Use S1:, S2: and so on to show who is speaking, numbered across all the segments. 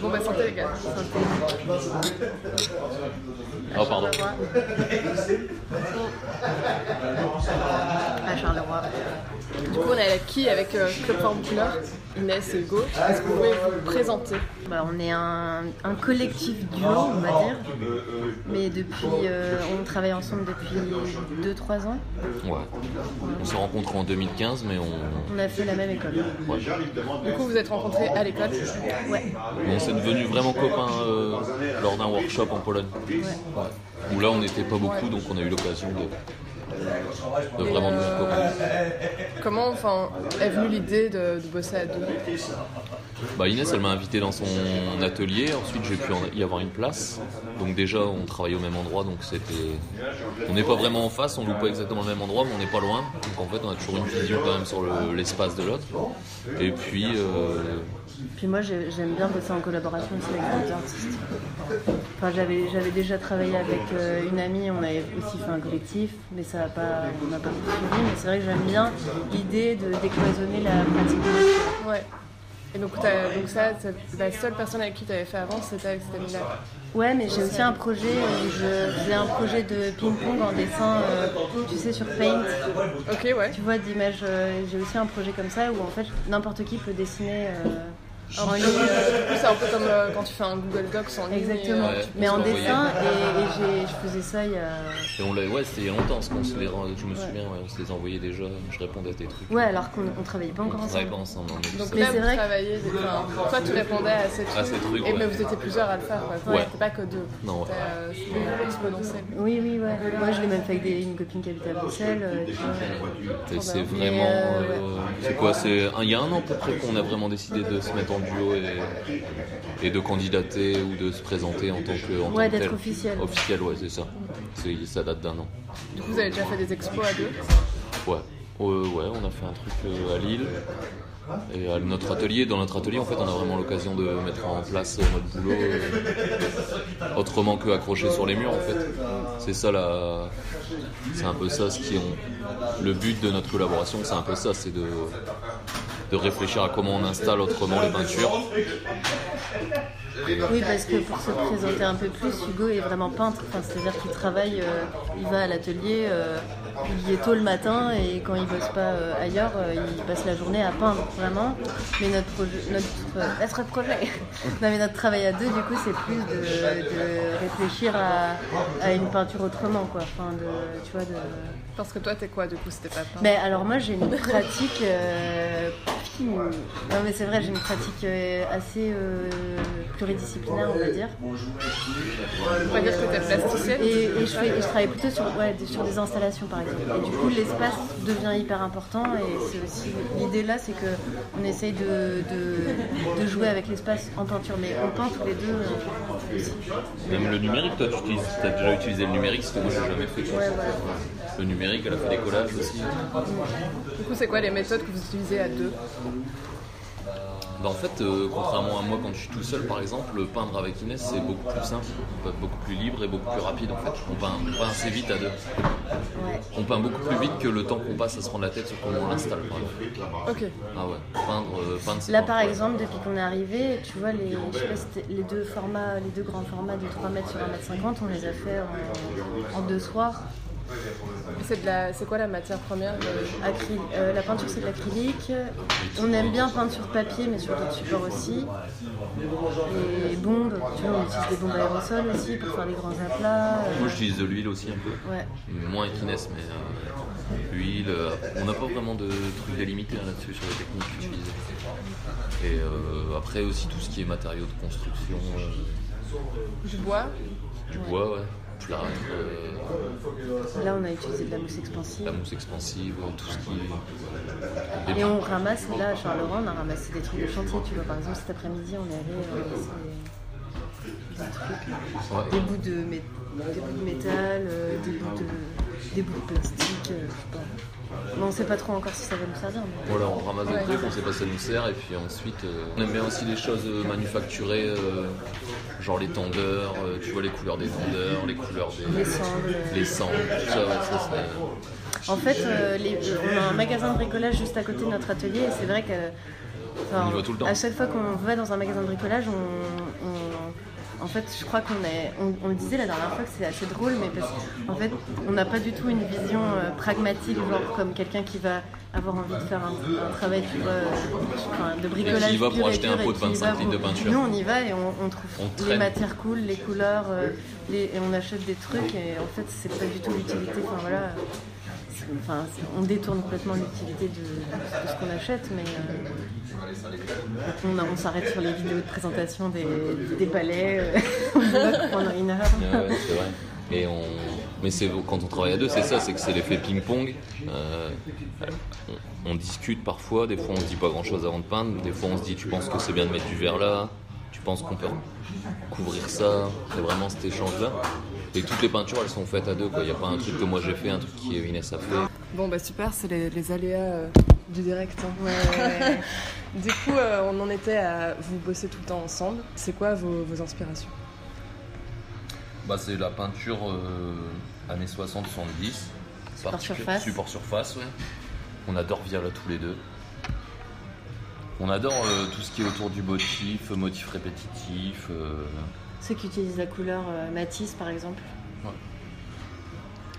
S1: Bon, bah, santé, les gars. Santé.
S2: Oh, pardon.
S1: À Charleroi. Du coup, on est avec qui Avec euh, Club Formula, Inès et Hugo. Est-ce que vous pouvez vous présenter
S3: Bah, on est un, un collectif duo, on va dire. Mais depuis, euh, on travaille ensemble depuis 2-3 ans.
S2: Ouais. On s'est rencontrés en 2015, mais on,
S3: On a fait la même école.
S2: ouais.
S1: Du coup, vous vous êtes rencontrés à l'école.
S3: Ouais.
S2: Mais on s'est devenus vraiment copains euh, lors d'un workshop en Pologne. Où là, on n'était pas beaucoup, donc on a eu l'occasion de, de
S1: euh,
S2: vraiment devenir copains.
S1: Comment enfin, est venue l'idée de, de bosser à deux
S2: Bah, Inès, elle m'a invité dans son atelier. Ensuite, j'ai pu en- y avoir une place. Donc déjà, on travaillait au même endroit, donc c'était. On n'est pas vraiment en face, on loue pas exactement le même endroit, mais on n'est pas loin. Donc en fait, on a toujours une vision quand même sur le- l'espace de l'autre. Et puis, euh,
S3: Puis moi, j'ai- j'aime bien bosser en collaboration aussi avec des artistes. Enfin, j'avais, j'avais déjà travaillé avec euh, une amie, on avait aussi fait un collectif, mais ça n'a pas, on n'a pas beaucoup suivi. Mais c'est vrai que j'aime bien l'idée de décloisonner la pratique.
S1: Ouais. Et donc, t'as- donc ça, c'est la seule personne avec qui tu avais fait avant, c'était avec cette amie-là.
S3: Ouais, mais j'ai aussi un projet où je faisais un projet de ping-pong en dessin, euh, tu sais, sur Paint.
S1: Ok, ouais.
S3: Tu vois, d'images, euh, j'ai aussi un projet comme ça où en fait n'importe qui peut dessiner euh, en ligne.
S1: Du coup, c'est un peu comme euh, quand tu fais un Google Docs en ligne. euh,
S3: Exactement.
S2: Ouais,
S3: Mais en
S2: parce qu'on
S3: dessin, et, et j'ai- je faisais ça il y a.
S2: Et on l'a, ouais, c'était il y a longtemps, parce qu'on se les, ren- je me souviens, ouais, on se les envoyait déjà, je répondais à tes trucs.
S3: Ouais, euh, alors qu'on on travaillait pas
S2: on
S3: encore
S2: travaillait
S3: ensemble.
S2: pas ensemble. on est-
S1: Donc
S2: ça-
S3: Mais
S1: là,
S3: c'est
S1: vous
S3: vrai que-
S1: travailliez, enfin, toi tu répondais à ces trucs,
S2: À ces trucs,
S1: et
S2: ouais.
S1: mais vous étiez plusieurs à le faire, quoi. Enfin,
S2: Ouais.
S1: c'était pas que deux,
S2: Non, ouais.
S1: c'était euh, c'était exponentiel.
S3: Oui, oui, ouais. Moi, je l'ai même fait avec des- une copine qui habite à Bruxelles. euh, tu vois.
S2: Et c'est
S3: Mais,
S2: vraiment.
S3: euh,
S2: euh, c'est quoi c'est un- Il y a un an à peu près qu'on a vraiment décidé de se mettre en duo et, et de candidater ou de se présenter en tant que. En tant
S3: Ouais,
S2: que
S3: d'être
S2: tel.
S3: officiel.
S2: Officiel, ouais, c'est ça. C'est, ça date d'un an.
S1: Du coup, vous avez déjà fait des expos à deux.
S2: Ouais. Euh, ouais, on a fait un truc euh, à Lille. Et à notre atelier, dans notre atelier, en fait, on a vraiment l'occasion de mettre en place euh, notre boulot euh, autrement que accroché sur les murs, en fait. C'est ça la, c'est un peu ça ce qui est on- le but de notre collaboration, c'est un peu ça, c'est de de réfléchir à comment on installe autrement les peintures.
S3: Oui, parce que pour se présenter un peu plus, Hugo est vraiment peintre. Enfin, C'est-à-dire qu'il travaille, euh, il va à l'atelier, euh, il y est tôt le matin et quand il bosse pas euh, ailleurs, euh, il passe la journée à peindre vraiment. Mais notre projet, notre, euh, notre projet, non mais notre travail à deux, du coup, c'est plus de, de réfléchir à, à une peinture autrement, quoi. Enfin, de, tu vois, de.
S1: Parce que toi, t'es quoi du coup C'était pas peint.
S3: Mais Ben, alors moi j'ai une pratique euh, fine. non mais c'est vrai j'ai une pratique euh, assez euh, pluridisciplinaire on va dire
S1: On va dire que t'es plasticienne.
S3: euh, et, et je, fais- et je travaille plutôt sur, ouais, des- sur des installations par exemple et du coup l'espace devient hyper important et c'est aussi l'idée là c'est que on essaye de, de- de jouer avec l'espace en peinture mais on peint tous les deux euh, aussi.
S2: Même le numérique, toi, tu utilises, as déjà utilisé le numérique, ce que moi, j'ai jamais fait.
S3: ouais.
S2: Le numérique, elle a fait des collages aussi.
S1: Du coup, c'est quoi les méthodes que vous utilisez à deux
S2: Bah, en fait, euh, contrairement à moi quand je suis tout seul par exemple, peindre avec Inès c'est beaucoup plus simple, beaucoup plus libre et beaucoup plus rapide en fait. On peint, on peint assez vite à deux.
S3: Ouais.
S2: On peint beaucoup plus vite que le temps qu'on passe à se prendre la tête sur comment on l'installe. par exemple.
S1: Ok.
S2: Ah ouais, peindre, euh, peindre c'est
S3: Là,
S2: peindre.
S3: par exemple, depuis qu'on est arrivé, tu vois, les, je sais pas si t'es- les deux formats, les deux grands formats de 3 mètres sur 1 mètre 50, on les a fait en, en deux soirs.
S1: C'est de la, c'est quoi la matière première
S3: Acry- euh, la peinture, c'est de l'acrylique. On aime bien peindre sur papier, mais sur d'autres supports aussi. Les bombes, tu vois, on utilise des bombes aérosols aussi pour faire les grands aplats.
S2: Moi j'utilise de l'huile aussi un peu.
S3: euh, ouais.
S2: Moins qu'Inès mais euh, l'huile, euh, on n'a pas vraiment de trucs délimités hein, là-dessus sur les techniques utilisées. Et euh, après aussi tout ce qui est matériaux de construction. euh,
S1: Du bois.
S2: du bois, ouais. plâtre, euh,
S3: Là, on a utilisé de la mousse expansive.
S2: la mousse expansive, tout ce qui est.
S3: Et on ramasse, là, à Charleroi, on a ramassé des trucs de chantier. Tu vois, par exemple, cet après-midi, on avait euh, ces- des trucs. des
S2: Ouais.
S3: bouts de, mé- des bouts de métal, euh, des, bouts de, des bouts de plastique, euh, je sais pas. Mais on sait pas trop encore si ça va nous servir. mais-
S2: Voilà, on ramasse des trucs, on sait pas ça nous sert, et puis ensuite, euh, on aime bien aussi les choses euh, manufacturées, euh, genre les tendeurs, euh, tu vois les couleurs des tendeurs, les couleurs des.
S3: Les sangles.
S2: Les sangles, tout ça, ouais, ça, c'est-
S3: En fait, euh, les- on a un magasin de bricolage juste à côté de notre atelier et c'est vrai que Enfin,
S2: On y va tout le temps.
S3: À chaque fois qu'on va dans un magasin de bricolage, on, on- en fait, je crois qu'on est, on, on le disait la dernière fois que c'est assez drôle, mais parce qu'en fait, on n'a pas du tout une vision euh, pragmatique, genre comme quelqu'un qui va avoir envie de faire un, un travail tu vois, euh, enfin, de bricolage.
S2: Et qui y va pour
S3: pur et
S2: acheter un
S3: dur et
S2: pot de
S3: qui y va
S2: 25 litres de
S3: pour-
S2: peinture.
S3: Nous, on y va et on, on trouve
S2: On
S3: les
S2: traîne.
S3: matières cool, les couleurs, euh, les- et on achète des trucs, et en fait, c'est pas du tout l'utilité. Enfin, voilà. C'est- Enfin, c'est- on détourne complètement l'utilité de, de ce qu'on achète, mais euh, on, a- on s'arrête sur les vidéos de présentation des, des palais euh, on bloque pendant une heure.
S2: Ouais, ouais, c'est vrai. Et on... Mais c'est quand on travaille à deux, c'est ça, c'est que c'est l'effet ping-pong. Euh, on, on discute parfois, des fois on se dit pas grand-chose avant de peindre, des fois on se dit tu penses que c'est bien de mettre du verre là, tu penses qu'on peut couvrir ça, c'est vraiment cet échange-là. Et toutes les peintures, elles sont faites à deux, quoi. Il n'y a pas un truc que moi j'ai fait, un truc qui Inès a fait.
S1: Bon bah super, c'est les, les aléas euh, du direct. hein. du coup, euh, on en était à vous bosser tout le temps ensemble. C'est quoi vos, vos inspirations
S2: Bah, c'est la peinture euh, années 60-70.
S3: Support surface.
S2: Support surface, ouais. On adore Viala tous les deux. On adore euh, tout ce qui est autour du motif, euh, motif répétitif. euh,
S3: Ceux qui utilisent la couleur euh, Matisse, par exemple.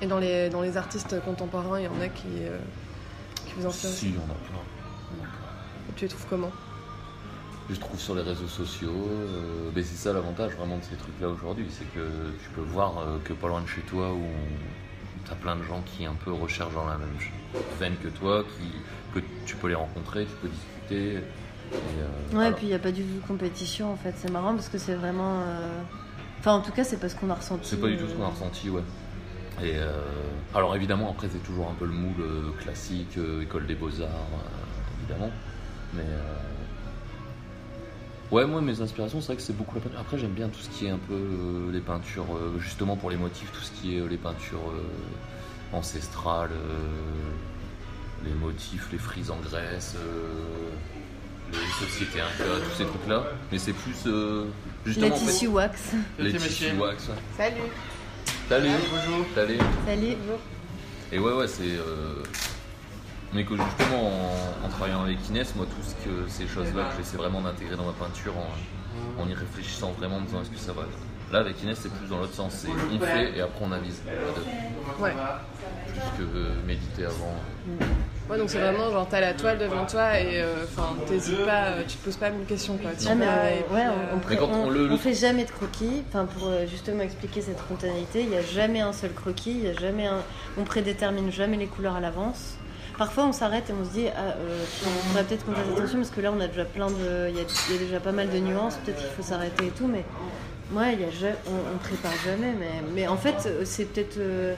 S1: Et dans les, dans les artistes contemporains, il y en a qui, euh, qui vous inspirent
S2: si, on a plein.
S1: Tu les trouves comment
S2: Je trouve sur les réseaux sociaux. euh, mais c'est ça l'avantage vraiment de ces trucs-là aujourd'hui. C'est que tu peux voir euh, que pas loin de chez toi où on- t'as plein de gens qui un peu recherchent dans la même veine que toi, qui, que tu peux les rencontrer, tu peux discuter. et, euh,
S3: Ouais, et
S2: voilà.
S3: puis il n'y a pas du tout de compétition, en fait. C'est marrant parce que c'est vraiment. euh, Enfin, en tout cas, c'est pas ce qu'on a ressenti.
S2: C'est pas du tout
S3: euh,
S2: ce qu'on a ressenti, ouais. Et euh, alors évidemment, après c'est toujours un peu le moule euh, classique, euh, école des beaux-arts, euh, évidemment. Mais euh, ouais, moi mes inspirations, c'est vrai que c'est beaucoup la peinture. Après j'aime bien tout ce qui est un peu euh, les peintures, euh, justement pour les motifs, tout ce qui est euh, les peintures euh, ancestrales, euh, les motifs, les frises en Grèce, euh, les sociétés incas, tous ces trucs-là. Mais c'est plus euh,
S3: Les
S2: justement en fait,
S3: tissus wax.
S2: les
S4: Merci,
S2: tissus
S4: monsieur.
S2: wax. ouais.
S1: Salut
S2: Salut.
S4: Bonjour.
S2: Salut.
S3: Salut.
S2: Et ouais, ouais, c'est. euh, Mais que justement, en, en travaillant avec Inès, moi, tout ce que ces choses-là, que j'essaie vraiment d'intégrer dans ma peinture en, en y réfléchissant vraiment, en me disant est-ce que ça va. Là, avec Inès, c'est plus dans l'autre sens. C'est on fait et après on avise. à deux.
S1: Ouais.
S2: Plus que euh, méditer avant.
S1: Ouais, donc c'est vraiment genre t'as la toile devant toi et euh, enfin t'hésites pas, euh, tu te poses pas mille questions quoi. Tu
S3: Ah, mais,
S1: vas
S3: euh,
S1: et puis,
S3: ouais,
S1: euh,
S3: on, on pré-
S2: Mais quand
S3: on-
S2: on le-
S3: on
S2: le-
S3: fait jamais de croquis. Enfin, pour euh, justement expliquer cette spontanéité, il n'y a jamais un seul croquis. Il y a jamais un- On prédétermine jamais les couleurs à l'avance. Parfois, on s'arrête et on se dit, ah, euh, on va peut-être qu'on fasse attention parce que là, on a déjà plein de, il y, a- il y a déjà pas mal de nuances. Peut-être qu'il faut s'arrêter et tout, mais ouais, il y a ja- on, on prépare jamais. Mais, mais en fait, c'est peut-être euh,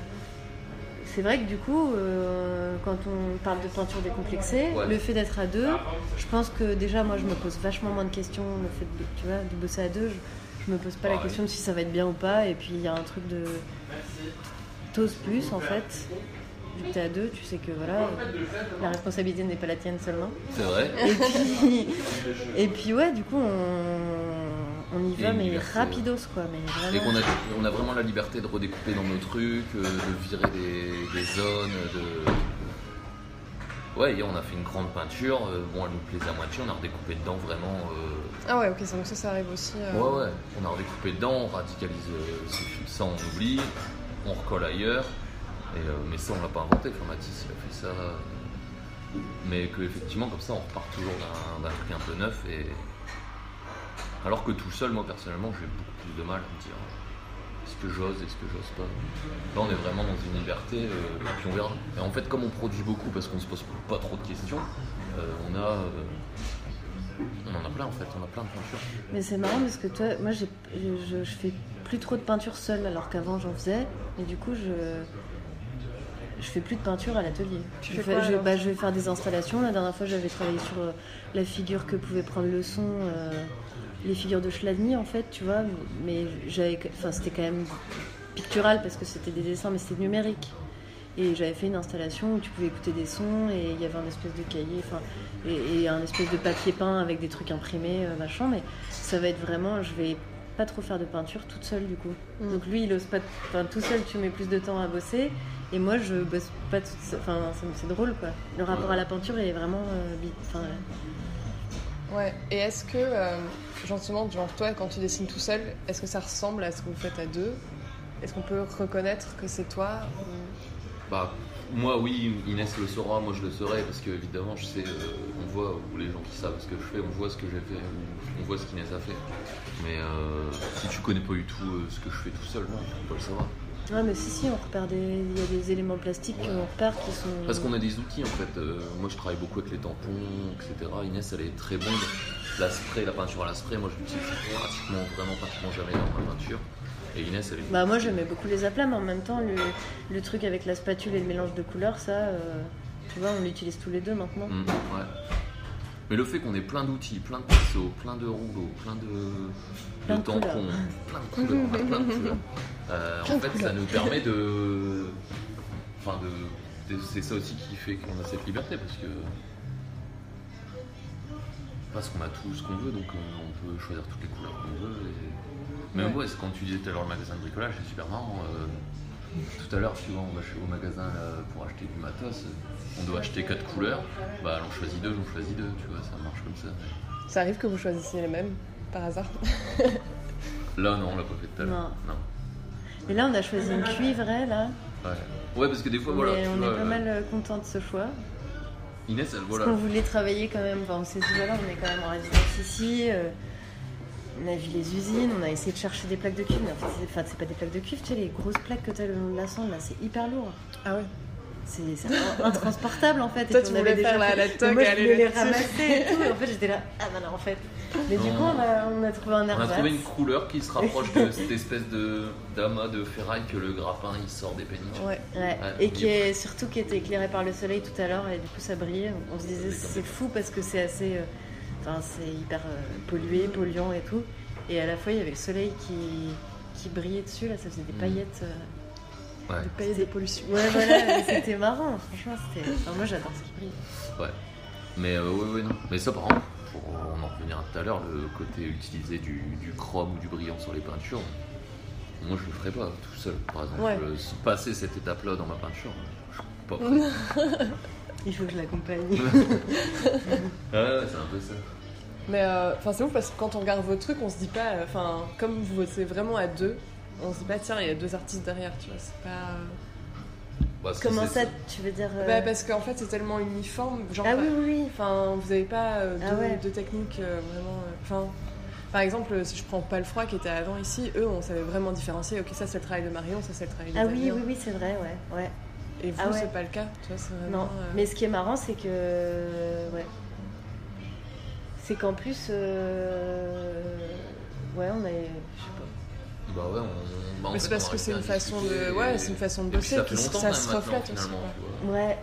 S3: c'est vrai que du coup, euh, quand on parle de peinture décomplexée,
S2: Ouais.
S3: le fait d'être à deux, je pense que déjà moi je me pose vachement moins de questions. Le fait de, tu vois, de bosser à deux, je, je me pose pas la
S2: Ouais.
S3: question de si ça va être bien ou pas. Et puis il y a un truc de t'oses plus en fait. Vu que t'es à deux, tu sais que voilà, euh, la responsabilité n'est pas la tienne seulement.
S2: C'est vrai.
S3: Et puis, et puis ouais, du coup on, on y
S2: Et
S3: va,
S2: une
S3: mais
S2: liberté,
S3: rapidos quoi. Mais
S2: Et qu'on
S3: vraiment.
S2: a, on a vraiment la liberté de redécouper dans nos trucs, euh, de virer des, des zones, de. Ouais, hier, on a fait une grande peinture, euh, bon elle nous plaisait à moitié, on a redécoupé dedans vraiment euh,
S1: Ah ouais, ok, donc ça, ça arrive aussi. euh,
S2: Ouais, ouais, on a redécoupé dedans, on radicalise euh, ce film, ça on oublie, on recolle ailleurs, et, euh, mais ça on l'a pas inventé, enfin, Matisse il a fait ça. euh, Mais que effectivement comme ça on repart toujours d'un- d'un truc un peu neuf et. Alors que tout seul, moi personnellement, j'ai beaucoup plus de mal à me dire est-ce que j'ose, est-ce que j'ose pas. Là on est vraiment dans une liberté, euh, et puis on verra. Et en fait comme on produit beaucoup parce qu'on se pose pas trop de questions, euh, on a. euh, on en a plein en fait, on a plein de peintures.
S3: Mais c'est marrant parce que toi, moi, j'ai- je, je- je fais plus trop de peinture seule alors qu'avant j'en faisais. Et du coup, je je fais plus de peinture à l'atelier.
S1: Tu
S3: Je
S1: fais
S3: fais-
S1: quoi,
S3: je,
S1: alors
S3: bah, je vais faire des installations. La dernière fois, j'avais travaillé sur euh, la figure que pouvait prendre le son, euh, les figures de Chladni en fait, tu vois. Mais j'avais, enfin, c'était quand même pictural parce que c'était des dessins, mais c'était numérique. Et j'avais fait une installation où tu pouvais écouter des sons et il y avait un espèce de cahier, enfin, et, et un espèce de papier peint avec des trucs imprimés, euh, machin. Mais ça va être vraiment, je vais pas trop faire de peinture toute seule du coup.
S1: Mm.
S3: Donc lui, il ose pas, enfin, tout seul, tu mets plus de temps à bosser. Et moi, je bosse pas toute seule. Enfin, c'est- c'est drôle quoi. Le rapport à la peinture est vraiment. euh, bi- Enfin,
S1: Ouais. Et est-ce que, euh, gentiment, genre toi, quand tu dessines tout seul, est-ce que ça ressemble à ce que vous faites à deux Est-ce qu'on peut reconnaître que c'est toi
S2: Bah, moi, oui, Inès le saura, moi je le saurai, parce que évidemment, je sais, euh, on voit, ou les gens qui savent ce que je fais, on voit ce que j'ai fait, ou on voit ce qu'Inès a fait. Mais euh, si tu connais pas du tout euh, ce que je fais tout seul, non, tu peux pas le savoir.
S3: Ouais, mais si, si, on repère des. Il y a des éléments plastiques qu'on repère qui sont.
S2: Parce qu'on a des outils en fait. Euh, moi je travaille beaucoup avec les tampons, etc. Inès elle est très bonne. La spray, la peinture à la spray, moi je l'utilise pratiquement, vraiment pratiquement jamais dans ma peinture. Et Inès elle est.
S3: Bah, moi j'aimais beaucoup les aplats, mais en même temps, le, le truc avec la spatule et le mélange de couleurs, ça, euh, tu vois, on l'utilise tous les deux maintenant.
S2: Mhm, ouais. Mais le fait qu'on ait plein d'outils, plein de pinceaux, plein de rouleaux, plein de,
S3: Plein de
S2: tampons,
S3: couleurs.
S2: plein de couleurs, on a plein de couleurs. Euh, en fait, ça nous permet de. Enfin, de. de- C'est ça aussi qui fait qu'on a cette liberté parce que. Parce qu'on a tout ce qu'on veut, donc euh, on, on peut choisir toutes les couleurs qu'on veut. Et... Même ouais, c'est quand tu disais tout à l'heure le magasin de bricolage, c'est super marrant. euh, Tout à l'heure, tu vois, on va chez- au magasin là, pour acheter du matos, on doit acheter quatre couleurs, bah on choisit deux, j'en choisis deux, tu vois, ça marche comme ça.
S1: Ça arrive que vous choisissiez les mêmes, par hasard
S2: Là, non, on l'a pas fait tout à l'heure. Non.
S3: Et là, on a choisi une cuivrée, là.
S2: Ouais. Ouais, parce que des fois,
S3: On
S2: voilà,
S3: est-
S2: tu
S3: on
S2: vois,
S3: est pas
S2: euh,
S3: mal euh, content de ce choix.
S2: Inès, elle,
S3: Parce
S2: voilà,
S3: qu'on voulait travailler quand même. Enfin, on s'est dit, voilà, on est quand même en résidence ici. euh, on a vu les usines, on a essayé de chercher des plaques de cuivre. mais en fait, c'est- Enfin, c'est pas des plaques de cuivre, tu sais, les grosses plaques que t'as le long de la sonde, là, c'est hyper lourd.
S1: Ah ouais.
S3: C'est c'est intransportable en fait.
S1: Toi,
S3: Et puis,
S1: tu
S3: on
S1: voulais
S3: avait
S1: faire
S3: déjà
S1: la-
S3: fait-
S1: la toque
S3: Mais moi,
S1: et
S3: je
S1: aller
S3: voulais les
S1: là-dessus.
S3: ramasser et tout. Et en fait, j'étais là, ah bah non, en fait. Mais du
S2: Non.
S3: coup, on a, on a trouvé un
S2: on a
S3: arbre.
S2: trouvé une couleur qui se rapproche de cette espèce de d'amas de ferraille que le grappin il sort des péniches.
S1: Ouais.
S3: Ouais.
S2: Ouais,
S3: et qui
S2: libre.
S3: est surtout qui était éclairé par le soleil tout à l'heure et du coup ça brillait. On se disait c'est fou parce que c'est assez, euh, enfin c'est hyper euh, pollué, polluant et tout. Et à la fois il y avait le soleil qui qui brillait dessus là, ça faisait des
S2: Mhm.
S3: paillettes. euh.
S2: Ouais.
S1: Le pays des pollutions.
S3: Ouais voilà, mais c'était marrant. Franchement c'était. enfin, moi j'adore ce qui brille.
S2: Ouais. Mais euh, ouais, ouais, non. Mais ça, par exemple, pour en en revenir à tout à l'heure, le côté utilisé du, du chrome ou du brillant sur les peintures, moi je le ferais pas tout seul. Par exemple,
S1: Ouais.
S2: euh, se passer cette étape-là dans ma peinture, hein. je suis pas prêt. ouais,
S3: Il faut que je l'accompagne.
S2: ouais, c'est un peu ça.
S1: Mais euh, enfin, c'est ouf parce que quand on regarde vos trucs, on se dit pas. euh, Enfin, comme vous bossez vraiment à deux, on se dit pas tiens, il y a deux artistes derrière, tu vois. C'est pas. euh,
S2: Bah, si
S3: Comment
S2: c'est-
S3: ça tu veux dire euh,
S1: Bah, parce qu'en fait, c'est tellement uniforme. Genre,
S3: Ah
S1: pas-
S3: oui oui, oui.
S1: Enfin, vous n'avez pas euh, deux,
S3: Ah ouais.
S1: deux techniques euh, vraiment. euh, Enfin, par exemple, euh, si je prends pas le froid qui était avant ici, eux, on savait vraiment différencier. Ok, ça c'est le travail de Marion, ça c'est le travail de
S3: Ah oui
S1: Damien.
S3: oui oui c'est vrai ouais ouais.
S1: Et vous,
S3: Ah ouais.
S1: c'est pas le cas. Tu vois, c'est vraiment.
S3: Non,
S1: euh,
S3: mais ce qui est marrant, c'est que. Ouais. C'est qu'en plus. euh, Ouais, on est. Je sais pas.
S2: Bah ouais, on- on- bah, en
S1: mais
S2: fait,
S1: c'est
S2: on
S1: parce que
S2: arrive
S1: c'est
S2: à
S1: une façon de.
S2: discuter
S1: Ouais,
S2: et-
S1: c'est une façon de
S2: et puis
S1: bosser.
S2: ça fait
S1: qui se-
S2: longtemps
S1: ça
S2: même
S1: se
S2: maintenant,
S1: reflète aussi.
S2: finalement,
S1: ouais.
S2: tu vois.
S3: Ouais,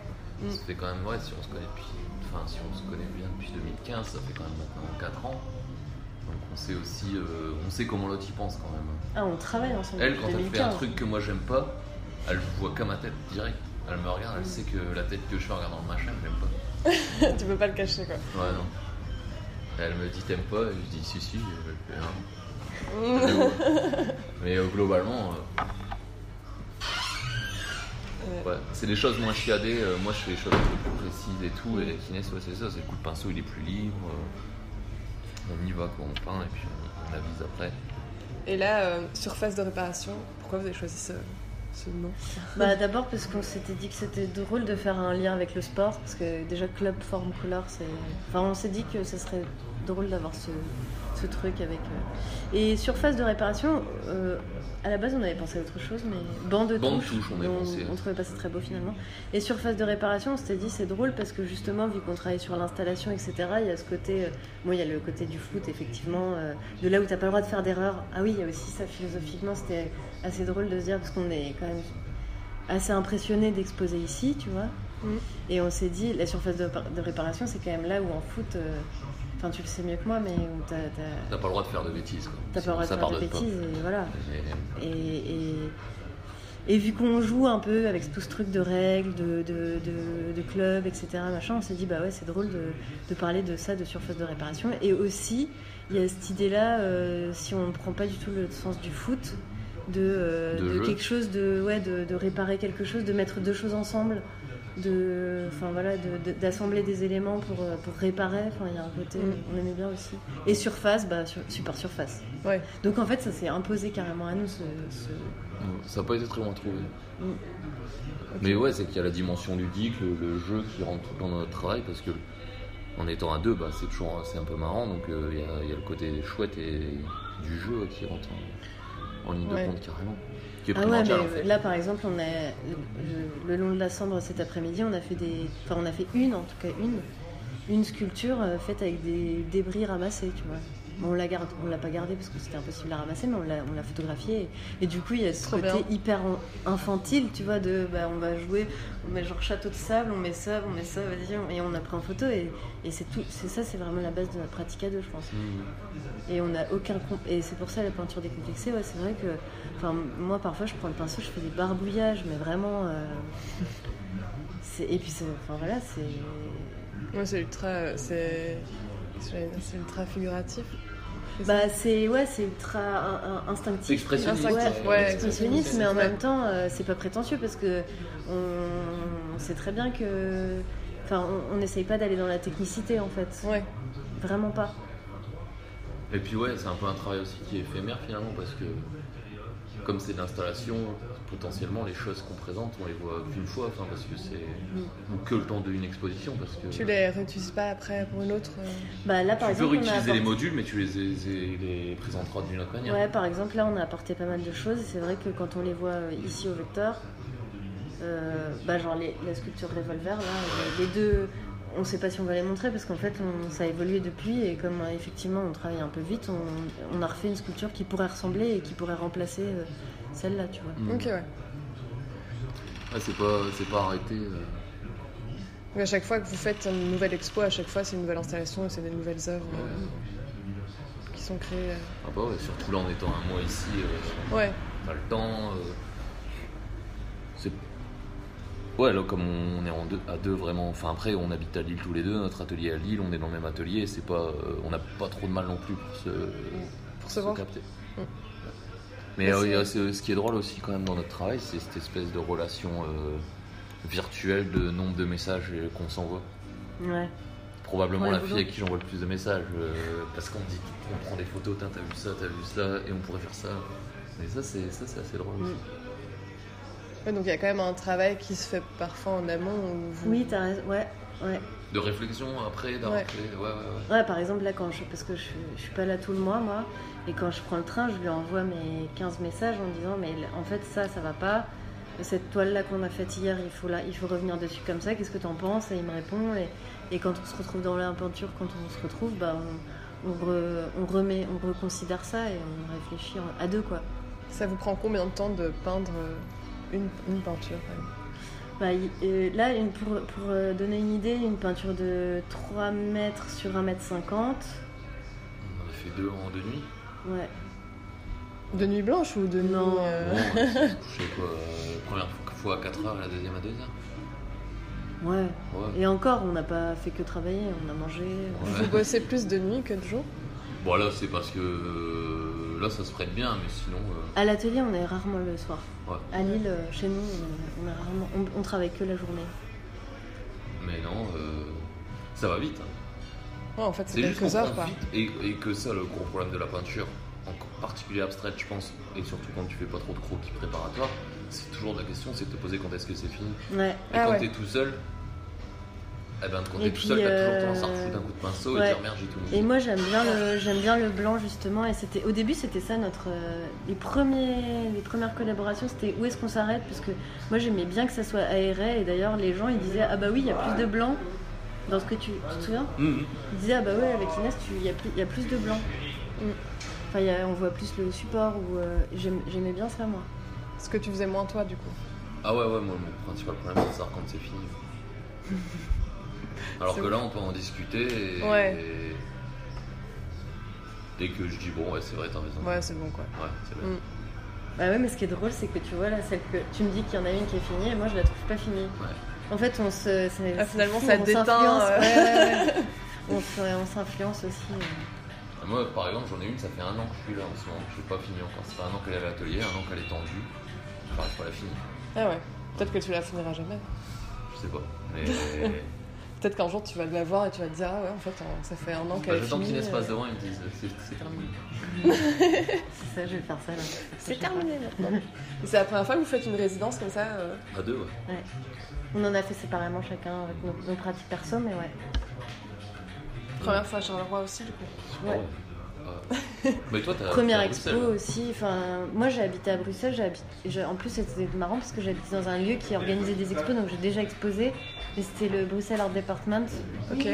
S2: Ça fait quand même, ouais, si on se connaît depuis, enfin, si on se connaît bien depuis 2015, ça fait quand même maintenant 4 ans. Donc on sait aussi, euh, on sait comment l'autre y pense quand même.
S3: ah, on travaille ensemble.
S2: Elle,
S3: depuis
S2: quand elle fait un
S3: 2015.
S2: truc que moi j'aime pas, elle voit qu'à ma tête direct. Elle me regarde, elle sait que la tête que je fais en regardant le machin, j'aime pas.
S1: tu peux pas le cacher quoi.
S2: Ouais, non. Et elle me dit t'aimes pas, et je dis si, si, je fais, non. Mais euh, globalement, euh, ouais, c'est des choses moins chiadées. euh, moi je fais des choses un peu plus précises et tout. Et la kinès, ouais, c'est ça, c'est le coup de pinceau, il est plus libre. euh, on y va, quoi, on peint, et puis on, on avise après.
S1: Et là, euh, surface de réparation, pourquoi vous avez choisi ce, ce nom
S3: Bah, d'abord parce qu'on s'était dit que c'était drôle de faire un lien avec le sport, parce que déjà, club, forme, couleur, c'est. Enfin, on s'est dit que ça serait drôle d'avoir ce, ce truc avec. euh. Et surface de réparation, euh, à la base, on avait pensé à autre chose, mais. Banc de
S2: Bande
S3: touche.
S2: touche, on est
S3: on,
S2: pensé.
S3: on trouvait pas ça très beau finalement. Et surface de réparation, on s'était dit c'est drôle parce que justement, vu qu'on travaille sur l'installation, etc., il y a ce côté. euh, bon, il y a le côté du foot, effectivement, euh, de là où t'as pas le droit de faire d'erreur. Ah oui, il y a aussi ça philosophiquement, c'était assez drôle de se dire parce qu'on est quand même assez impressionné d'exposer ici, tu vois.
S1: Mhm.
S3: Et on s'est dit, la surface de, de réparation, c'est quand même là où en foot, euh, enfin tu le sais mieux que moi, mais où t'as t'as-
S2: T'as pas le droit de faire de bêtises, quoi.
S3: t'as pas le droit de
S2: Ça
S3: faire de
S2: pardonne pas.
S3: bêtises, et voilà.
S2: Et-
S3: Et, et- et vu qu'on joue un peu avec tout ce truc de règles, de, de, de- de club, etc., machin, on s'est dit, bah ouais, c'est drôle de, de parler de ça, de surface de réparation. Et aussi, il y a cette idée-là, euh, si on ne prend pas du tout le sens du foot, de, euh,
S2: De
S3: de
S2: jeu.
S3: quelque chose, de, ouais, de, de réparer quelque chose, de mettre deux choses ensemble. de, enfin voilà, de- de- d'assembler des éléments pour, euh, pour réparer. Enfin, il y a un côté,
S1: Mm.
S3: on aimait bien aussi. Et surface, bah, sur- super surface.
S1: Ouais.
S3: Donc en fait, ça s'est imposé carrément à nous. Ce, ce-
S2: Ça n'a pas été très loin trouvé.
S3: Mm.
S2: Mais ouais, c'est qu'il y a la dimension ludique, le, le jeu qui rentre dans notre travail parce que en étant à deux, bah, c'est toujours c'est un peu marrant. Donc euh, il y a- il y, a le côté chouette et du jeu qui rentre en, en ligne de
S1: Ouais.
S2: compte carrément. Qui est
S3: Ah ouais,
S2: primordial, en
S3: mais
S2: fait.
S3: là par exemple, on a le, le long de la Sambre cet après-midi, on a fait des, enfin on a fait une en tout cas une, une sculpture euh, faite avec des débris ramassés, tu vois. Bon, on la garde, on l'a pas gardée parce que c'était impossible à ramasser, mais on l'a, on l'a photographiée. Et, et du coup, il y a ce
S1: Trop
S3: côté
S1: bien.
S3: hyper en- infantile, tu vois, de bah, on va jouer, on met genre château de sable, on met ça, on met ça, vas-y, on- et on a pris en photo. Et, et c'est tout, c'est ça, c'est vraiment la base de notre pratique à deux, je pense.
S2: Mm.
S3: Et on n'a aucun com- et c'est pour ça la peinture décomplexée. Ouais, c'est vrai que, enfin, moi parfois je prends le pinceau, je fais des barbouillages, mais vraiment. euh, c'est- Et puis, c'est- enfin voilà, c'est.
S1: Ouais, c'est ultra. euh, C'est c'est- c'est ultra figuratif. C'est ça
S3: Bah c'est ouais, c'est ultra un- un- instinctif.
S2: C'est expressionniste.
S1: Instinctif,
S2: euh,
S1: ouais,
S3: expressionniste, mais en
S1: Ouais.
S3: même temps, euh, c'est pas prétentieux parce que on, on sait très bien que. Enfin, on on n'essaye pas d'aller dans la technicité en fait.
S1: Ouais.
S3: Vraiment pas.
S2: Et puis ouais, c'est un peu un travail aussi qui est éphémère finalement parce que comme c'est de l'installation, potentiellement les choses qu'on présente, on les voit qu'une fois, enfin, parce que c'est ou
S3: Mm.
S2: que le temps d'une exposition parce que
S1: Tu les réutilises pas après pour une autre. euh.
S3: Bah là, par
S2: Tu peux
S3: exemple, on a
S2: réutiliser les
S3: apporté-
S2: modules, mais tu les, les- les présenteras d'une autre manière.
S3: Ouais, par exemple, là, on a apporté pas mal de choses. et C'est vrai que quand on les voit euh, ici au vecteur, euh, bah, genre les- la sculpture revolver, là, euh, les deux, on sait pas si on va les montrer parce qu'en fait, on- ça a évolué depuis. Et comme euh, effectivement, on travaille un peu vite, on, on a refait une sculpture qui pourrait ressembler et qui pourrait remplacer euh, celle-là, tu vois.
S2: Mm.
S1: Ok, ouais.
S2: Ouais, c'est pas, c'est pas arrêté. euh.
S1: Mais à chaque fois que vous faites une nouvelle expo, à chaque fois c'est une nouvelle installation et c'est des nouvelles œuvres euh, qui sont créées. euh.
S2: Ah bah ouais, surtout là en étant un mois ici, euh,
S1: Ouais,
S2: on a le temps. euh. C'est- Ouais, là comme on est en deux, à deux vraiment. Enfin après, on habite à Lille tous les deux, notre atelier est à Lille, on est dans le même atelier. C'est pas, euh, on n'a pas trop de mal non plus pour se,
S1: pour se voir.
S2: capter.
S1: Mm.
S2: Ouais. Mais
S1: Mais
S2: euh,
S1: c'est-
S2: il y a ce ce qui est drôle aussi quand même dans notre travail, c'est cette espèce de relation euh, virtuelle de nombre de messages euh, qu'on s'envoie.
S3: Ouais.
S2: probablement
S3: Ouais,
S2: la
S3: boulot.
S2: fille à qui j'envoie le plus de messages euh, parce qu'on me dit on prend des photos Tain, t'as vu ça t'as vu ça et on pourrait faire ça mais ça c'est ça c'est assez drôle aussi.
S1: Ouais, donc il y a quand même un travail qui se fait parfois en amont. Où vous...
S3: Oui, t'as raison. Ouais, ouais.
S2: de réflexion après d'un
S1: Ouais.
S2: rappelé, ouais ouais ouais
S3: Ouais, par exemple, là, quand je, parce que je, je suis pas là tout le mois, moi, et quand je prends le train, je lui envoie mes 15 messages en disant, mais en fait, ça, ça va pas. Cette toile-là qu'on a faite hier, il faut, là, il faut revenir dessus comme ça, qu'est-ce que t'en penses Et il me répond, et, et quand on se retrouve dans la peinture, quand on se retrouve, bah, on, on, re- on remet, on reconsidère ça et on réfléchit en- à deux, quoi.
S1: Ça vous prend combien de temps de peindre euh, une, une peinture quand même
S3: Bah, il- euh, là, une- pour, pour, euh, donner une idée, une peinture de 3 mètres sur 1 mètre 50,
S2: on en a fait deux en deux nuits
S3: ouais.
S1: De nuit blanche ou de nuit
S3: Non.
S1: euh,
S2: Bon, on s'est couché, quoi euh, première fois à 4h la deuxième à 2h
S3: Ouais.
S2: ouais
S3: Et encore, on n'a pas fait que travailler, on a mangé.
S1: Vous
S2: Ouais.
S1: bossez plus de nuit que de jour
S2: bon là c'est parce que euh, là ça se prête bien mais sinon euh,
S3: À l'atelier, on est rarement le soir.
S2: Ouais.
S3: À Lille, euh, chez nous, on, on est rarement- on- on travaille que la journée.
S2: mais non euh, ça va vite hein.
S1: Ouais, en fait, c'est
S2: C'est juste qu'on
S1: quelques heures quoi.
S2: prend vite et, et que ça, le gros problème de la peinture, en particulier abstraite, je pense, et surtout quand tu fais pas trop de croquis préparatoires, c'est toujours la question, c'est de te poser quand est-ce que c'est fini.
S3: Ouais.
S2: Et
S1: Ah
S2: quand
S1: ouais.
S2: t'es tout seul, eh ben quand
S3: Et
S2: t'es tout
S3: puis,
S2: seul, t'as toujours
S3: euh,
S2: tendance à refouler d'un coup de pinceau
S3: ouais.
S2: et dire merde, j'ai tout
S3: Et
S2: mouillé.
S3: moi, j'aime bien le, j'aime bien le blanc justement. Et c'était, au début, c'était ça notre, euh, les premiers, les premières collaborations, c'était où est-ce qu'on s'arrête Parce que moi, j'aimais bien que ça soit aéré. Et d'ailleurs, les gens, ils disaient ah bah oui, il y a plus de blanc dans ce que tu, tu te souviens
S2: Mhm.
S3: Ils disaient ah bah ouais, avec Inès, tu- il y, a plus- il y a plus de blanc. Mm. Enfin, il y a- on voit plus le support. Ou euh, j'aime- j'aimais bien ça moi.
S1: Ce que tu faisais moins toi du coup.
S2: Ah ouais, ouais, moi, mon principal problème, c'est de savoir quand c'est fini. Alors
S1: C'est
S2: que là, on peut en discuter et.
S1: Ouais.
S2: et- Dès que je dis bon, ouais, c'est vrai, t'as raison.
S1: Ouais, c'est bon quoi.
S2: Ouais, c'est vrai.
S1: Mm.
S3: Bah ouais, mais ce qui est drôle, c'est que tu vois là, celle que tu me dis qu'il y en a une qui est finie, et moi je la trouve pas finie. En fait, on se. c'est-
S1: Ah,
S3: c'est
S1: finalement,
S3: fou,
S1: ça
S3: on
S1: déteint,
S3: s'influence,
S1: euh.
S3: ouais, ouais, ouais. On se- on s'influence aussi. euh.
S1: Mm.
S2: Moi, par exemple, j'en ai une, ça fait un an que je suis là en ce moment. Je n'ai pas fini encore. Ça fait un an qu'elle est à l'atelier, un an qu'elle est tendue. J'arrive pas à la finir.
S1: Ah ouais. Peut-être que tu la finiras jamais.
S2: Je sais sais pas. Mais...
S1: Peut-être qu'un jour tu vas la voir et tu vas te dire ah ouais en fait on- ça fait un an
S2: Bah,
S1: qu'elle euh, est
S2: J'attends
S1: finie.
S2: qu'il laisse passe devant et me dise c'est c'est terminé.
S3: C'est ça, je vais faire ça là.
S1: C'est terminé maintenant. euh. Et c'est la première fois que vous faites une résidence comme ça. euh,
S2: À deux, ouais.
S3: On en a fait séparément chacun avec nos, nos pratiques perso, mais ouais.
S1: Première fois à Charleroi aussi du coup.
S2: Ah
S3: Ouais.
S2: Ouais. Mais toi, t'as.
S3: Première
S2: t'as
S3: expo
S2: Euh, Bruxelles.
S3: aussi. Enfin, moi j'ai habité à Bruxelles. j'habite- je- en plus, c'était marrant parce que j'habitais dans un lieu qui organisait des expos, donc j'ai déjà exposé. Mais c'était le Bruxelles Art Department.
S1: Ok.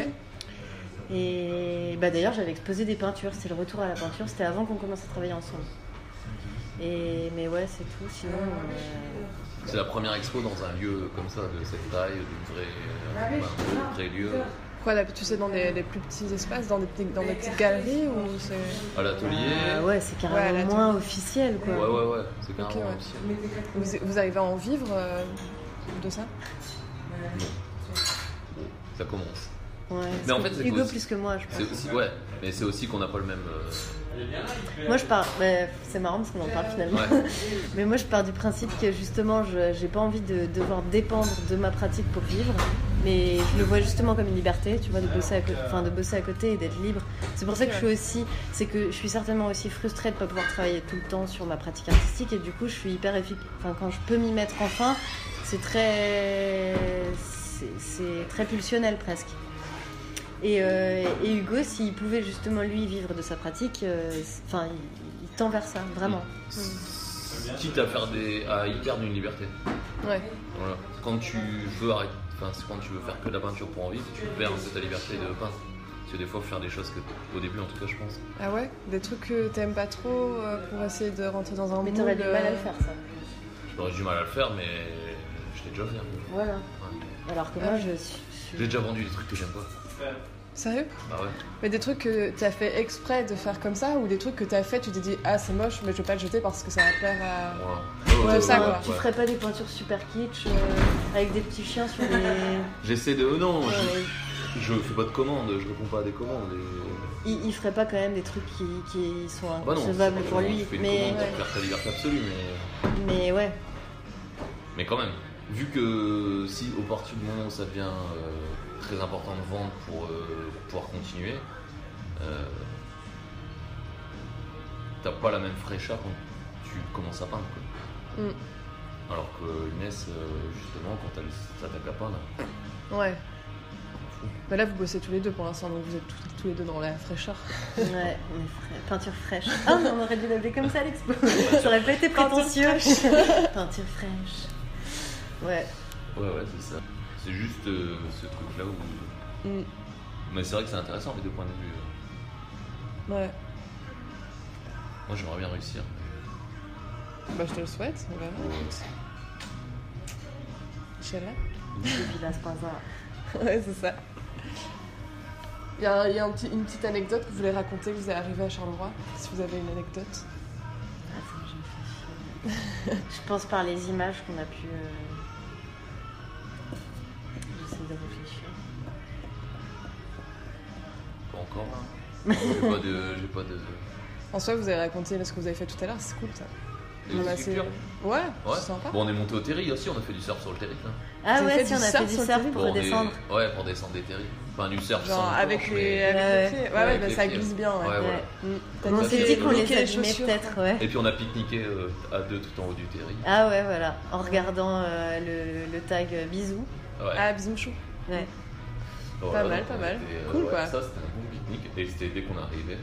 S3: Et bah, d'ailleurs, j'avais exposé des peintures. C'est le retour à la peinture. C'était avant qu'on commence à travailler ensemble. Et mais ouais, c'est tout. Sinon, euh,
S2: C'est la première expo dans un lieu comme ça, de cette taille, d'une vraie. bah, un vrai lieu.
S1: Quoi là, tu sais dans des, des plus petits espaces, dans des, petits- dans des petites galeries ou c'est.
S2: À l'atelier.
S1: Ah,
S3: euh, ouais, c'est
S1: Ouais,
S3: carrément
S1: elle a tout.
S3: moins officiel, quoi.
S2: Ouais, ouais, ouais, c'est
S1: Ok,
S2: carrément
S1: ouais.
S2: aussi. hein.
S1: Vous, vous arrivez à en vivre euh, de ça
S2: Ça commence.
S3: Ouais,
S2: Mais en
S3: c'est
S2: fait, c'est
S3: Hugo
S2: aussi-
S3: plus que moi, je pense.
S2: C'est aussi, ouais, mais c'est aussi qu'on n'a pas le même. euh,
S3: Moi, je pars. mais c'est marrant parce qu'on en parle finalement.
S2: Ouais,
S3: Mais moi, je pars du principe que justement, je j'ai pas envie de devoir dépendre de ma pratique pour vivre. Mais je le vois justement comme une liberté, tu vois, de bosser à côté, enfin, de bosser à côté et d'être libre. C'est pour ça que je suis aussi, c'est que je suis certainement aussi frustrée de pas pouvoir travailler tout le temps sur ma pratique artistique et du coup, je suis hyper efficace. Enfin, quand je peux m'y mettre enfin, c'est très, c'est- c'est très pulsionnel presque. Et, euh, et Hugo, s'il pouvait justement lui vivre de sa pratique, euh, c'est- enfin, il, il tend vers ça, vraiment.
S2: quitte à faire des, à y perdre une liberté.
S1: Ouais.
S2: Voilà. Quand tu veux arrêter, enfin, c'est quand tu veux faire que de la peinture pour en vivre, tu perds un peu ta liberté de peindre. Parce que des fois, faut faire des choses que, au début, en tout cas, je pense.
S1: Ah ouais Des trucs que t'aimes pas trop euh, pour essayer de rentrer dans un
S3: Mais
S1: moule,
S3: t'aurais du mal à le
S1: euh,
S3: faire, ça.
S2: J'aurais du mal à le faire, mais je l'ai déjà fait. hein.
S3: Voilà.
S2: Ouais.
S3: Alors que moi, je suis.
S2: J'ai déjà vendu des trucs que j'aime pas.
S1: Sérieux
S2: Bah ouais.
S1: Mais des trucs que t'as fait exprès de faire comme ça ou des trucs que t'as fait, tu t'es dit ah c'est moche mais je vais pas le jeter parce que ça va plaire à.
S2: Voilà.
S1: Ouais, ça, quoi.
S3: Tu ferais pas des peintures super kitsch euh, avec des petits chiens sur les.
S2: J'essaie de. Non,
S3: Ouais,
S2: je,
S3: ouais.
S2: je fais pas de commandes, je réponds pas à des commandes. et-
S3: Il, il ferait pas quand même des trucs qui, qui sont
S2: Bah non,
S3: inconcevables
S2: c'est pas
S3: pour
S2: vraiment,
S3: lui.
S2: Tu fais une
S3: Mais,
S2: commande, tu perds ta liberté absolue, mais,
S3: mais ouais,
S2: mais quand même. Vu que si au partir du moment où ça devient euh, très important de vendre pour euh, pouvoir continuer, euh, t'as pas la même fraîcheur quand tu commences à peindre. quoi.
S1: Mm.
S2: Alors que Inès, euh, justement, quand elle s'attaque à peindre,
S1: Ouais. Mais Bah là vous bossez tous les deux pour l'instant donc vous êtes tous, tous les deux dans la fraîcheur.
S3: ouais, mais fra- peinture fraîche. Ah, mais on aurait dû l'appeler comme ça à l'expo. Ça aurait pas été prétentieux. peinture fraîche. Ouais.
S2: ouais, ouais, c'est ça. C'est juste euh, ce truc-là où.
S1: Mm.
S2: Mais c'est vrai que c'est intéressant les deux points de vue. euh.
S1: Ouais.
S2: Moi, j'aimerais bien réussir.
S1: Bah je te le souhaite, on verra. écoute. Inch'Allah.
S3: Et puis là, c'est pas ça.
S1: Ouais, c'est ça. Il y a, il y a un petit- une petite anecdote que vous voulez raconter que vous êtes arrivé à Charleroi, si vous avez une anecdote.
S3: Attends, je me fais chier. Je pense par les images qu'on a pu. euh, J'essaie de réfléchir.
S2: Pas encore.
S1: Ah.
S2: hein. J'ai pas de. J'ai pas de.
S1: En soi, vous avez raconté ce que vous avez fait tout à l'heure, c'est cool ça.
S2: des
S1: On a
S2: sculptures.
S1: assez- Ouais,
S2: Ouais.
S1: c'est sympa.
S2: Bon, on est monté au terri aussi, on a fait du surf sur le terri. là.
S3: Ah
S1: Vous avez
S3: ouais,
S1: fait
S3: si
S1: du
S3: on a
S1: surf
S3: fait du
S1: sur le
S3: surf
S1: terrain
S3: pour
S2: on est-
S3: descendre.
S2: Ouais, pour descendre des terris. Enfin, du surf
S1: Genre
S2: sans
S1: avec
S2: planche,
S1: les,
S2: mais-
S1: avec
S3: Ouais,
S1: les pieds. Ouais,
S2: Ouais,
S1: ouais,
S2: avec
S1: bah,
S2: les
S1: ça
S2: pieds.
S1: glisse bien. Ouais.
S2: Ouais, voilà.
S1: Mm. T'as
S3: On
S1: niqué-
S3: s'est dit qu'on les
S1: niqué
S3: abîmait
S1: chaussures.
S3: peut-être, ouais.
S2: Et puis on a pique-niqué euh, à deux tout en haut du terri.
S3: Ah ouais, voilà, en regardant euh, le, le tag euh, bisous.
S2: Ouais.
S1: Ah, bisouchou.
S3: Ouais.
S2: Voilà,
S1: mal,
S2: donc
S1: pas
S2: on
S1: mal.
S2: était, euh,
S1: Cool,
S2: ouais,
S1: quoi.
S2: Ça, c'était un bon pique-nique. Et c'était dès qu'on arrivait.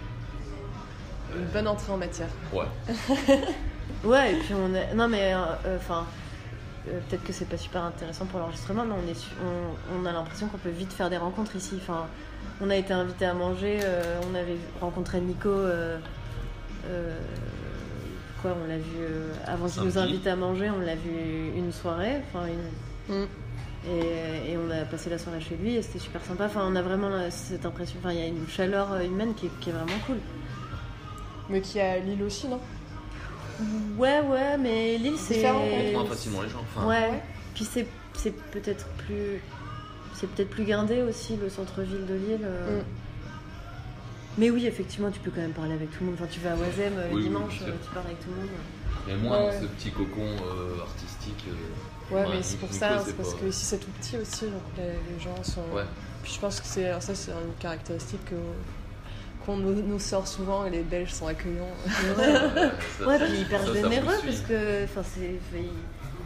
S2: Euh,
S1: Une bonne entrée en matière.
S2: Ouais.
S3: Ouais, et puis on est. Non, mais euh, enfin. euh, Peut-être que c'est pas super intéressant pour l'enregistrement, mais on, est su- on, on a l'impression qu'on peut vite faire des rencontres ici. Enfin, on a été invité à manger, euh, on avait rencontré Nico. euh, euh, quoi, on l'a vu euh, avant qu'il nous
S2: Samedi.
S3: invite à manger, on l'a vu une soirée. Enfin, une,
S1: Mm.
S3: Et, et on a passé la soirée chez lui et c'était super sympa. Enfin, on a vraiment euh, cette impression. Enfin, il y a une chaleur euh, humaine qui est, qui est vraiment cool.
S1: Mais qui a Lille aussi, non
S3: Ouais, ouais, mais Lille, c'est.
S1: Mm. Différent,
S2: On
S1: Et-
S2: rencontre moins facilement les gens. Enfin,
S3: Ouais. Puis c'est, c'est peut-être plus. C'est peut-être plus guindé aussi le centre-ville de Lille. euh.
S1: Mm.
S3: Mais oui, effectivement, tu peux quand même parler avec tout le monde. Enfin, tu vas à Oisem euh,
S2: Oui, oui,
S3: dimanche,
S2: c'est
S3: euh,
S2: sûr.
S3: tu parles avec tout le monde.
S2: Mais moi,
S1: Ouais.
S2: dans ce petit cocon euh, artistique. euh,
S1: Ouais,
S2: ouais,
S1: mais c'est pour
S2: Nico,
S1: ça, hein,
S2: c'est
S1: c'est parce
S2: pas-
S1: que ici c'est tout petit aussi, donc les, les gens sont.
S2: Ouais.
S1: Puis je pense que c'est alors ça, c'est une caractéristique que- qu'on nous, nous sort souvent et les Belges sont accueillants.
S3: Ouais,
S2: euh, ça,
S3: ouais
S2: ça-
S3: puis hyper
S2: ça, ça
S3: généreux
S2: poursuit.
S3: parce que. Enfin, c'est. enfin, il-
S1: mais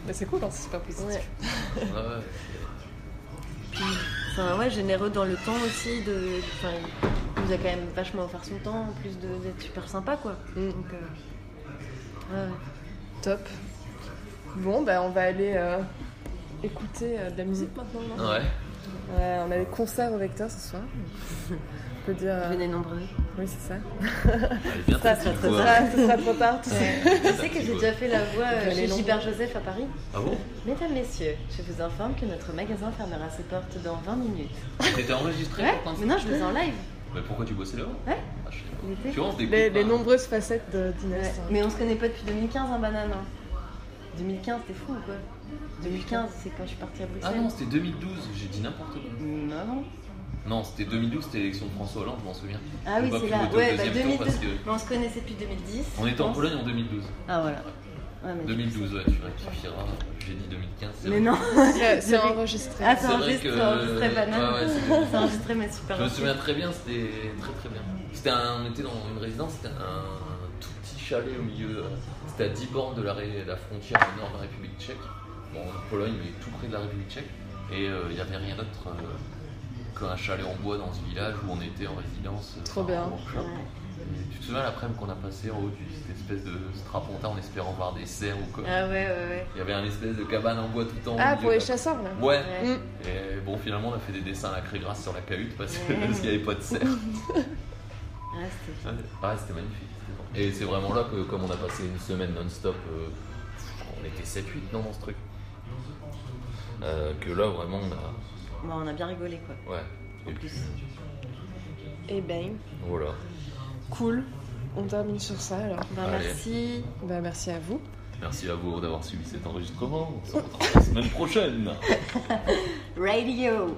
S1: Bah, c'est cool quand c'est super positif.
S3: Ouais.
S2: Ouais, ouais.
S3: Enfin, ouais, généreux dans le temps aussi. De, enfin, il nous a quand même vachement offert son temps, en plus de- d'être super sympa, quoi.
S1: Mm.
S3: Donc, euh, ouais, ouais.
S1: Top. Bon, bah on va aller euh, écouter euh, de la musique maintenant. non
S2: Ouais.
S1: Ouais, on a des concerts au Vecteur ce soir. On peut dire. euh,
S3: Venez nombreux.
S1: Oui, c'est ça.
S2: Allez, viens,
S3: Ça,
S2: t'as
S3: ça,
S2: une
S3: ça,
S2: voix.
S1: Ah, ce sera trop tard, tu sais.
S3: Tu sais que j'ai déjà fait la voix euh,
S1: Elle est
S3: chez
S1: longue.
S3: Gilbert Joseph à Paris
S2: Ah bon
S3: Mesdames, messieurs, je vous informe que notre magasin fermera ses portes dans 20 minutes.
S2: T'étais enregistré
S3: Ouais
S2: pourtant
S3: Mais non, je le fais en live.
S2: Mais pourquoi tu bossais là-haut
S3: Ouais.
S2: Ah, je sais pas.
S3: l'été.
S2: Tu vois, on se découvre.
S1: Les,
S2: pas.
S1: les nombreuses facettes d'Inès.
S3: Ouais, Mais on se connaît pas depuis 2015, hein, banane. hein. 2015, t'es fou ou quoi 2015, c'est quand je suis partie à
S2: Ah
S3: Bruxelles. Mmh,
S2: non, c'était 2012, j'ai dit n'importe quoi.
S3: Non. Non.
S2: Non, c'était 2012, c'était l'élection de François Hollande, je m'en souviens.
S3: Ah
S2: On
S3: oui,
S2: va
S3: c'est
S2: plus
S3: là.
S2: voter au
S3: Ouais, bah
S2: deuxième
S3: 2012.
S2: tour parce que-
S3: Mais on se connaissait depuis 2010.
S2: On était
S3: je
S2: en
S3: pense.
S2: Pologne en 2012.
S3: Ah voilà. Ouais, mais-
S2: 2012, ouais, tu rectifieras. J'ai dit 2015, c'est
S3: Mais
S2: vrai.
S3: non.
S1: C'est Euh, c'est enregistré.
S3: Ah,
S2: C'est
S3: c'est
S2: vrai
S3: enregistré,
S2: que-
S3: c'est enregistré banane.
S2: Ouais, ouais, c'est-
S3: c'est enregistré, mais super.
S2: Je me souviens très bien, c'était très très bien. C'était un- on était dans une résidence, c'était un tout petit chalet au milieu. euh, C'était à 10 bornes de la, ré- la frontière du nord de la République tchèque. Bon, en Pologne, mais tout près de la République tchèque. Et euh, il n'y avait rien d'autre euh, qu'un chalet en bois dans ce village où on était en résidence. euh,
S1: Trop
S2: enfin,
S1: bien.
S2: en plein.
S3: Ouais.
S2: Et tu te souviens l'après-midi qu'on a passé en haut du cette espèce de strapontin en espérant voir des cerfs ou quoi
S3: Ah ouais, ouais, ouais.
S2: Il y avait un espèce de cabane en bois tout en
S1: Ah,
S2: milieu
S1: pour
S2: de
S1: les
S2: la-
S1: chasseurs, là.
S2: Ouais.
S3: Ouais.
S1: Mm.
S2: Et bon, finalement, on a fait des dessins à la craie grasse sur la cahute parce que-
S3: Ouais.
S2: parce qu'il n'y avait pas de serre.
S3: Ah, c'était
S2: Ah, c'était magnifique. Et c'est vraiment là que, comme on a passé une semaine non-stop, euh, on était 7-8 non, dans ce truc. Euh, que là, vraiment, on a.
S3: Bon, on a bien rigolé quoi.
S2: Ouais.
S3: En
S2: Et
S3: plus.
S2: puis,
S1: Et bang.
S2: voilà.
S1: Eh ben, Cool. On termine sur ça alors.
S3: Bah,
S2: Allez.
S3: merci.
S1: Bah, merci à vous.
S2: Merci à vous d'avoir suivi cet enregistrement. On se retrouve la semaine prochaine.
S3: Radio.